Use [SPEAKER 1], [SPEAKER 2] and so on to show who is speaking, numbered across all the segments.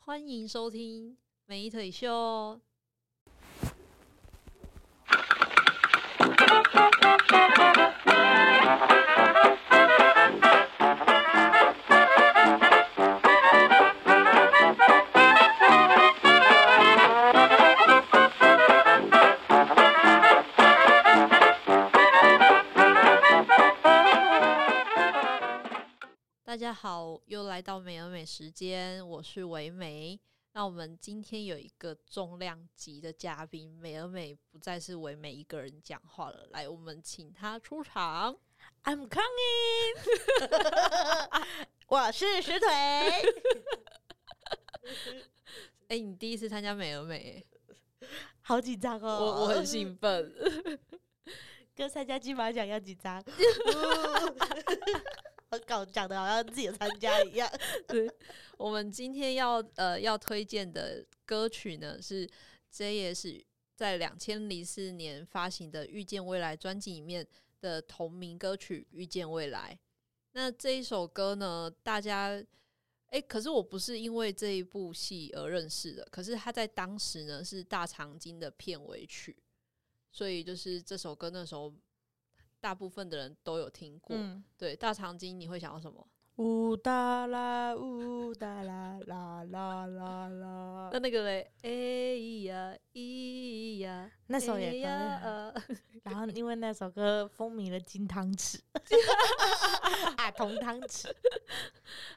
[SPEAKER 1] 欢迎收听美腿秀。大家好，又来到美而美时间，我是唯美。那我们今天有一个重量级的嘉宾，美而美不再是唯美一个人讲话了，来，我们请她出场。
[SPEAKER 2] I'm coming，我是石腿，
[SPEAKER 1] 哎、你第一次参加美而美、
[SPEAKER 2] 好紧张
[SPEAKER 1] 欸
[SPEAKER 2] 哦！
[SPEAKER 1] 我我很兴奋。
[SPEAKER 2] 跟参加金马奖一样紧张， 我搞讲的好像自己有参加一样。
[SPEAKER 1] 对，我们今天要呃要推荐的歌曲呢是 J.S. 在两千零四年发行的《遇见未来》专辑里面的同名歌曲《遇见未来》。那这一首歌呢，大家哎、可是我不是因为这一部戏而认识的，可是它在当时呢是大长今的片尾曲，所以就是这首歌那时候大部分的人都有听过。
[SPEAKER 2] 嗯，
[SPEAKER 1] 对，大长今你会想到什么？
[SPEAKER 2] 呜哒啦呜哒啦啦啦啦啦
[SPEAKER 1] 那，那个嘞，哎呀咿呀，
[SPEAKER 2] 那首也
[SPEAKER 1] 哎
[SPEAKER 2] 可
[SPEAKER 1] 呀
[SPEAKER 2] 以。啊
[SPEAKER 1] 呃
[SPEAKER 2] 然后因为那首歌风靡了金汤 匙啊，铜汤匙，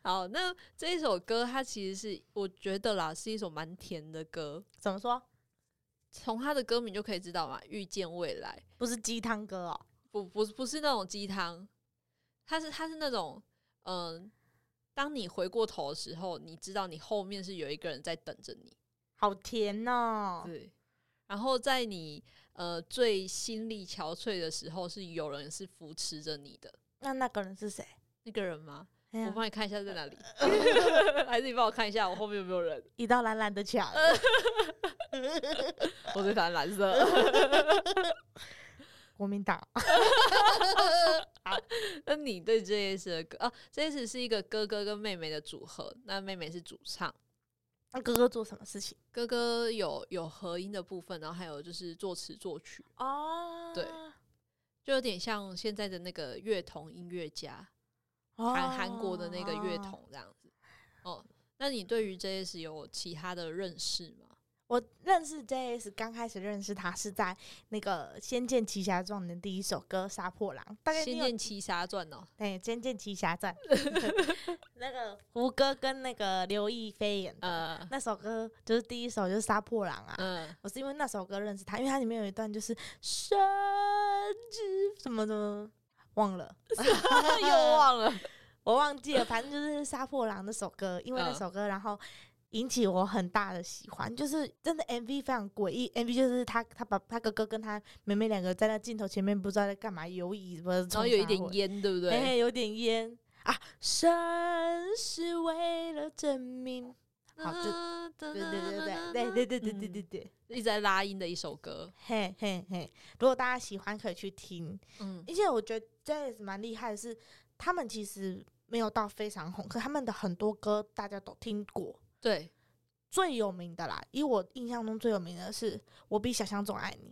[SPEAKER 1] 好，那这一首歌它其实是我觉得啦，是一首蛮甜的歌，
[SPEAKER 2] 怎么说？
[SPEAKER 1] 从它的歌名就可以知道嘛，遇见未来，
[SPEAKER 2] 不是鸡汤歌哦，
[SPEAKER 1] 不不不是那种鸡汤，它是它是那种嗯、当你回过头的时候，你知道你后面是有一个人在等着你，
[SPEAKER 2] 好甜哦。
[SPEAKER 1] 对。然后在你呃最心力憔悴的时候，是有人是扶持着你的
[SPEAKER 2] 那那个人是谁？
[SPEAKER 1] 那个人吗？
[SPEAKER 2] 哎呀
[SPEAKER 1] 我帮你看一下在哪里， 还是你帮我看一下我后面有没有人？
[SPEAKER 2] 一道蓝蓝的墙。
[SPEAKER 1] 呃我最讨厌蓝色。
[SPEAKER 2] 国民党，
[SPEAKER 1] 那你对 JS 的歌啊，JS 是一个哥哥跟妹妹的组合，那妹妹是主唱，
[SPEAKER 2] 那哥哥做什么事情？
[SPEAKER 1] 哥哥有有合音的部分，然后还有就是作词作曲，
[SPEAKER 2] 哦
[SPEAKER 1] 对就有点像现在的那个乐童音乐家，韩韩国的那个乐
[SPEAKER 2] 哦。
[SPEAKER 1] 童这样子。哦，那你对于 JS 有其他的认识吗？
[SPEAKER 2] 我认识 JS，刚开始认识他是在那个《仙剑奇侠传》的第一首歌《杀破狼》，大概
[SPEAKER 1] 《
[SPEAKER 2] 你
[SPEAKER 1] 仙
[SPEAKER 2] 有
[SPEAKER 1] 剑奇侠传》哦，
[SPEAKER 2] 对《仙剑奇 侠传》，那个胡歌跟那个刘亦菲演的、
[SPEAKER 1] 呃
[SPEAKER 2] 那首歌，就是第一首就是《杀破狼》啊。
[SPEAKER 1] 嗯，
[SPEAKER 2] 我是因为那首歌认识他，因为它里面有一段就是生之什么什么忘 了，
[SPEAKER 1] 又忘了，
[SPEAKER 2] 我忘记了，反正就是《杀破狼》那首歌，因为那
[SPEAKER 1] 嗯
[SPEAKER 2] 首歌，然后引起我很大的喜欢，就是真的 MV 非常诡异，MV 就是他他把他哥哥跟他妹妹两个在那镜头前面不知道在干嘛游移，不知道
[SPEAKER 1] 然后有一点烟，对不对？
[SPEAKER 2] 哎，有点烟啊，生是为了证明，好就
[SPEAKER 1] 对
[SPEAKER 2] 对对对对对对对对对对对，
[SPEAKER 1] 嗯一直在拉音的一首歌。
[SPEAKER 2] 嘿嘿嘿，如果大家喜欢可以去听，
[SPEAKER 1] 嗯
[SPEAKER 2] 而且我觉得 Jazz 蛮厉害的是，他们其实没有到非常红，可他们的很多歌大家都听过。
[SPEAKER 1] 对，
[SPEAKER 2] 最有名的啦，以我印象中最有名的是《我比想象中爱你》，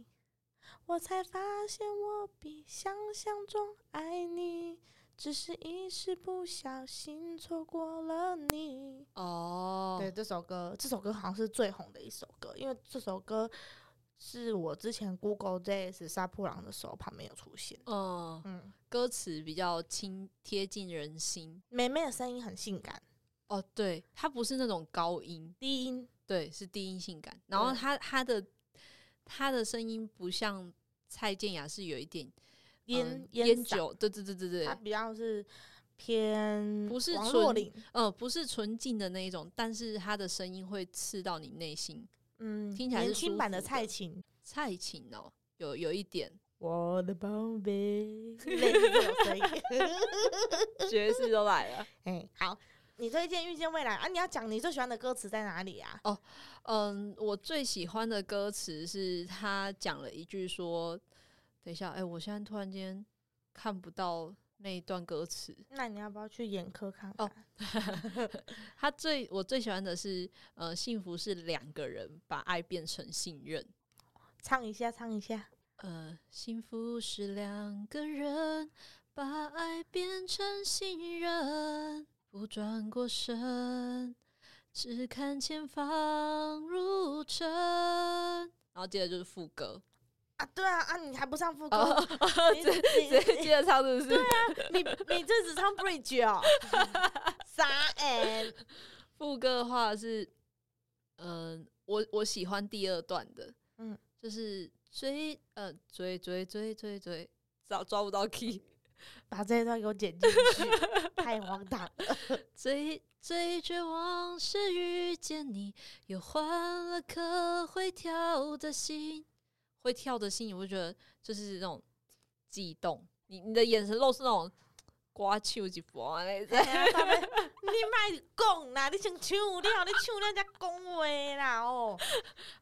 [SPEAKER 2] 我才发现我比想象中爱你，只是一时不小心错过了你。
[SPEAKER 1] 哦，
[SPEAKER 2] 对，这首歌，这首歌好像是最红的一首歌，因为这首歌是我之前 Google JS 杀破狼的时候旁边有出现。
[SPEAKER 1] 嗯，
[SPEAKER 2] 嗯，
[SPEAKER 1] 歌词比较亲贴近人心。
[SPEAKER 2] 妹妹的声音很性感，
[SPEAKER 1] 哦，对，它不是那种高音，
[SPEAKER 2] 低音
[SPEAKER 1] 对，是低音性感。然后
[SPEAKER 2] 对
[SPEAKER 1] 它它的它的声音不像蔡健雅是有一点
[SPEAKER 2] 烟
[SPEAKER 1] 嗯
[SPEAKER 2] 烟
[SPEAKER 1] 烟
[SPEAKER 2] 嗓，
[SPEAKER 1] 酒，对对对对
[SPEAKER 2] 它
[SPEAKER 1] 对，
[SPEAKER 2] 比较是偏
[SPEAKER 1] 不是
[SPEAKER 2] 王
[SPEAKER 1] 纯
[SPEAKER 2] 若琳。
[SPEAKER 1] 呃，不是纯净的那一种，但是它的声音会刺到你内心。
[SPEAKER 2] 嗯，
[SPEAKER 1] 听起来
[SPEAKER 2] 年
[SPEAKER 1] 是
[SPEAKER 2] 轻
[SPEAKER 1] 舒
[SPEAKER 2] 版的
[SPEAKER 1] 服
[SPEAKER 2] 蔡
[SPEAKER 1] 的
[SPEAKER 2] 琴，
[SPEAKER 1] 蔡琴哦，有有一点
[SPEAKER 2] 我的宝贝，类似这种 声音。
[SPEAKER 1] 爵士都来了。
[SPEAKER 2] 哎，好，你推荐《遇见未来》啊？你要讲你最喜欢的歌词在哪里啊？
[SPEAKER 1] 嗯，我最喜欢的歌词是他讲了一句说：“等一下，哎、我现在突然间看不到那一段歌词。
[SPEAKER 2] 那你要不要去眼科看看？
[SPEAKER 1] 哦他最我最喜欢的是，呃，幸福是两个人把爱变成信任。
[SPEAKER 2] 唱一下，唱一下。
[SPEAKER 1] 呃，幸福是两个人把爱变成信任，不转过身，只看前方路程。然后接着就是副歌，
[SPEAKER 2] 啊，对啊，啊，你还不唱副歌？
[SPEAKER 1] 哦，
[SPEAKER 2] 你
[SPEAKER 1] 直 接
[SPEAKER 2] 你
[SPEAKER 1] 接着唱是不是？
[SPEAKER 2] 你你这只唱 bridge 哦，傻眼。
[SPEAKER 1] 副歌的话是，嗯、我我喜欢第二段的，
[SPEAKER 2] 嗯
[SPEAKER 1] 嗯，就是追，呃，追追追追追，找抓不到 key，
[SPEAKER 2] 把这一段给我剪进去，太荒唐了。
[SPEAKER 1] 最最绝望是遇见你，又换了颗会跳的心，会跳的心，你会觉得就是那种悸动，你你的眼神露出那种刮秋几波那
[SPEAKER 2] 哎呀他们你卖讲啦，你先唱了，你唱了才讲话啦哦。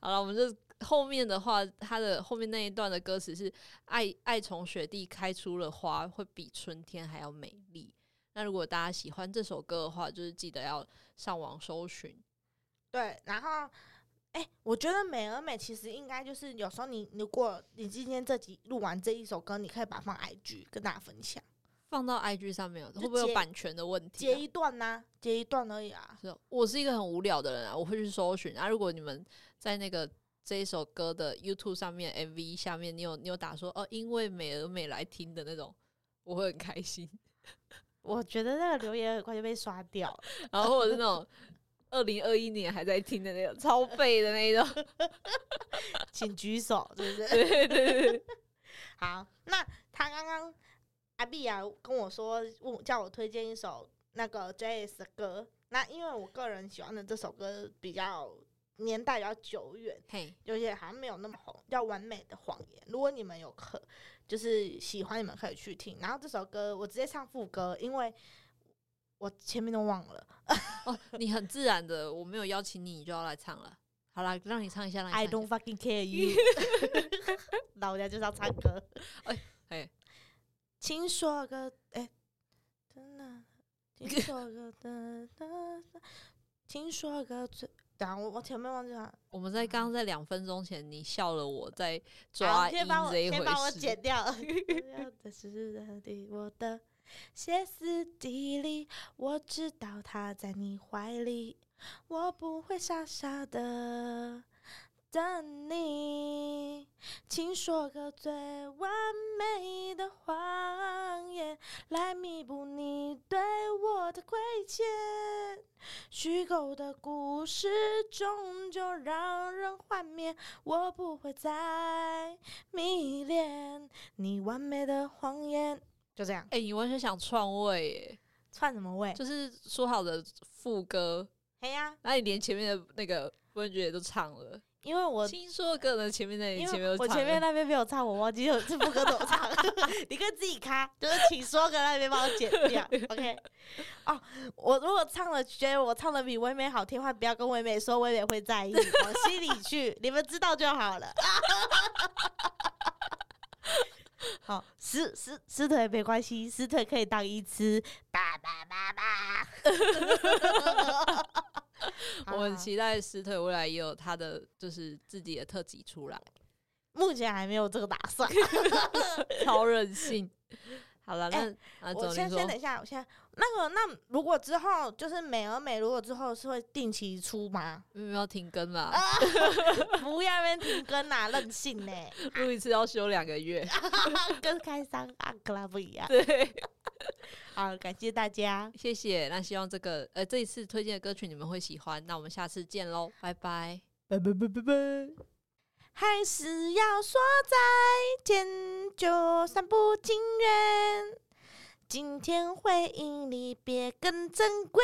[SPEAKER 1] 好了，我们这后面的话，它的后面那一段的歌词是“爱爱从雪地开出了花，会比春天还要美丽”。那如果大家喜欢这首歌的话，就是记得要上网搜寻。
[SPEAKER 2] 对，然后，哎、我觉得美而美其实应该就是有时候你如果你今天这集录完这一首歌，你可以把它放 IG 跟大家分享，
[SPEAKER 1] 放到 IG 上面会不会
[SPEAKER 2] 截
[SPEAKER 1] 有版权的问题、
[SPEAKER 2] 截
[SPEAKER 1] 啊？
[SPEAKER 2] 一段呐、截一段而已啊。
[SPEAKER 1] 是我是一个很无聊的人啊，我会去搜寻啊。如果你们在那个这一首歌的 YouTube 上面 MV 下面，你有你有打说哦，因为美而美来听的那种，我会很开心。
[SPEAKER 2] 我觉得那个留言很快就被刷掉 了。
[SPEAKER 1] 然后或者是那 种二零二一年还在听的那种超背的 那一种，
[SPEAKER 2] 请举手，是不是？
[SPEAKER 1] 对对对对，
[SPEAKER 2] 好，那他刚刚阿碧啊跟我说，问我叫我推荐一首那个 JS 的歌，那因为我个人喜欢的这首歌比较年代比较久远。
[SPEAKER 1] 嘿，
[SPEAKER 2] 有些好像没有那么红，叫《完美的谎言》。如果你们有可就是喜欢，你们可以去听。然后这首歌我直接唱副歌，因为我前面都忘了。
[SPEAKER 1] 哦，你很自然的，我没有邀请你，你就要来唱了。好啦，让你唱一下，让你唱
[SPEAKER 2] I
[SPEAKER 1] 一下
[SPEAKER 2] don't fucking care you，老娘就是要唱歌。
[SPEAKER 1] 哎哎，
[SPEAKER 2] 请说个哎，真的，请说 个的的，请说个最。等下我我前面忘记了，
[SPEAKER 1] 我们在刚刚在两分钟前，你笑了我在
[SPEAKER 2] 好
[SPEAKER 1] 抓
[SPEAKER 2] 你
[SPEAKER 1] 音
[SPEAKER 2] 先帮我
[SPEAKER 1] 啊这一
[SPEAKER 2] 先帮我
[SPEAKER 1] 回事。
[SPEAKER 2] 剪掉。的是的，我的歇斯底里，我知道他在你怀里，我不会傻傻的等你。请说个最完美的谎言，来弥补你对我的亏欠。虚构的故事终究让人幻灭，我不会再迷恋你完美的谎言。就这样，
[SPEAKER 1] 哎、你完全想篡位耶！
[SPEAKER 2] 串什么位？
[SPEAKER 1] 就是说好的副歌，
[SPEAKER 2] 嘿呀、
[SPEAKER 1] 那你连前面的那个温觉也都唱了。
[SPEAKER 2] 因为我
[SPEAKER 1] 听说歌的前面那里，
[SPEAKER 2] 因
[SPEAKER 1] 前面
[SPEAKER 2] 为
[SPEAKER 1] 都
[SPEAKER 2] 我
[SPEAKER 1] 唱
[SPEAKER 2] 前面
[SPEAKER 1] 了
[SPEAKER 2] 那边没有唱，我忘记有这副歌怎么唱， 你可以自己卡，就是请说歌那边帮我剪 掉，OK？哦，我如果唱了觉得我唱的比唯美好听的话，不要跟唯美说，唯美会 在意，往心里去，你们知道就好了。 好，撕撕撕腿没关系，撕腿可以当一吃，叭叭叭 叭。好
[SPEAKER 1] 我很
[SPEAKER 2] 好啊
[SPEAKER 1] 期待石腿未来也有他的就是自己的特辑出来，
[SPEAKER 2] 目前还没有这个打算。
[SPEAKER 1] 超任性。好了，那、
[SPEAKER 2] 哎
[SPEAKER 1] 啊，
[SPEAKER 2] 我
[SPEAKER 1] 总理
[SPEAKER 2] 先先
[SPEAKER 1] 说
[SPEAKER 2] 等一下，我先那个那如果之后就是美而美，如果之后是会定期出吗？
[SPEAKER 1] 没有要停更啦，
[SPEAKER 2] 啊不要那边停更啦、任性呢、
[SPEAKER 1] 录一次要休两个月。
[SPEAKER 2] 啊跟开商阿克拉不一样。
[SPEAKER 1] 对，
[SPEAKER 2] 好，感谢大家，
[SPEAKER 1] 谢谢。那希望这个呃这一次推荐的歌曲你们会喜欢。那我们下次见喽，拜拜。
[SPEAKER 2] 拜拜拜拜拜。还是要说再见，就算不情愿，今天回忆离别更珍贵。